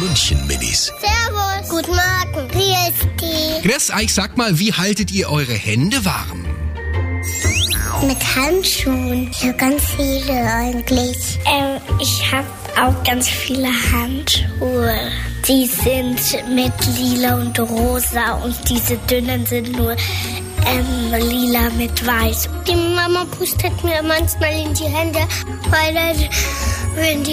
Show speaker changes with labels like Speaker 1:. Speaker 1: München Minis.
Speaker 2: Servus. Guten Morgen. PST.
Speaker 1: Grüß euch, sag mal, wie haltet ihr eure Hände warm?
Speaker 2: Mit Handschuhen. Ja, ganz viele eigentlich. Ähm, ich habe auch ganz viele Handschuhe. Die sind mit lila und rosa und diese dünnen sind nur ähm, lila mit weiß. Die Mama pustet mir manchmal in die Hände, weil dann werden die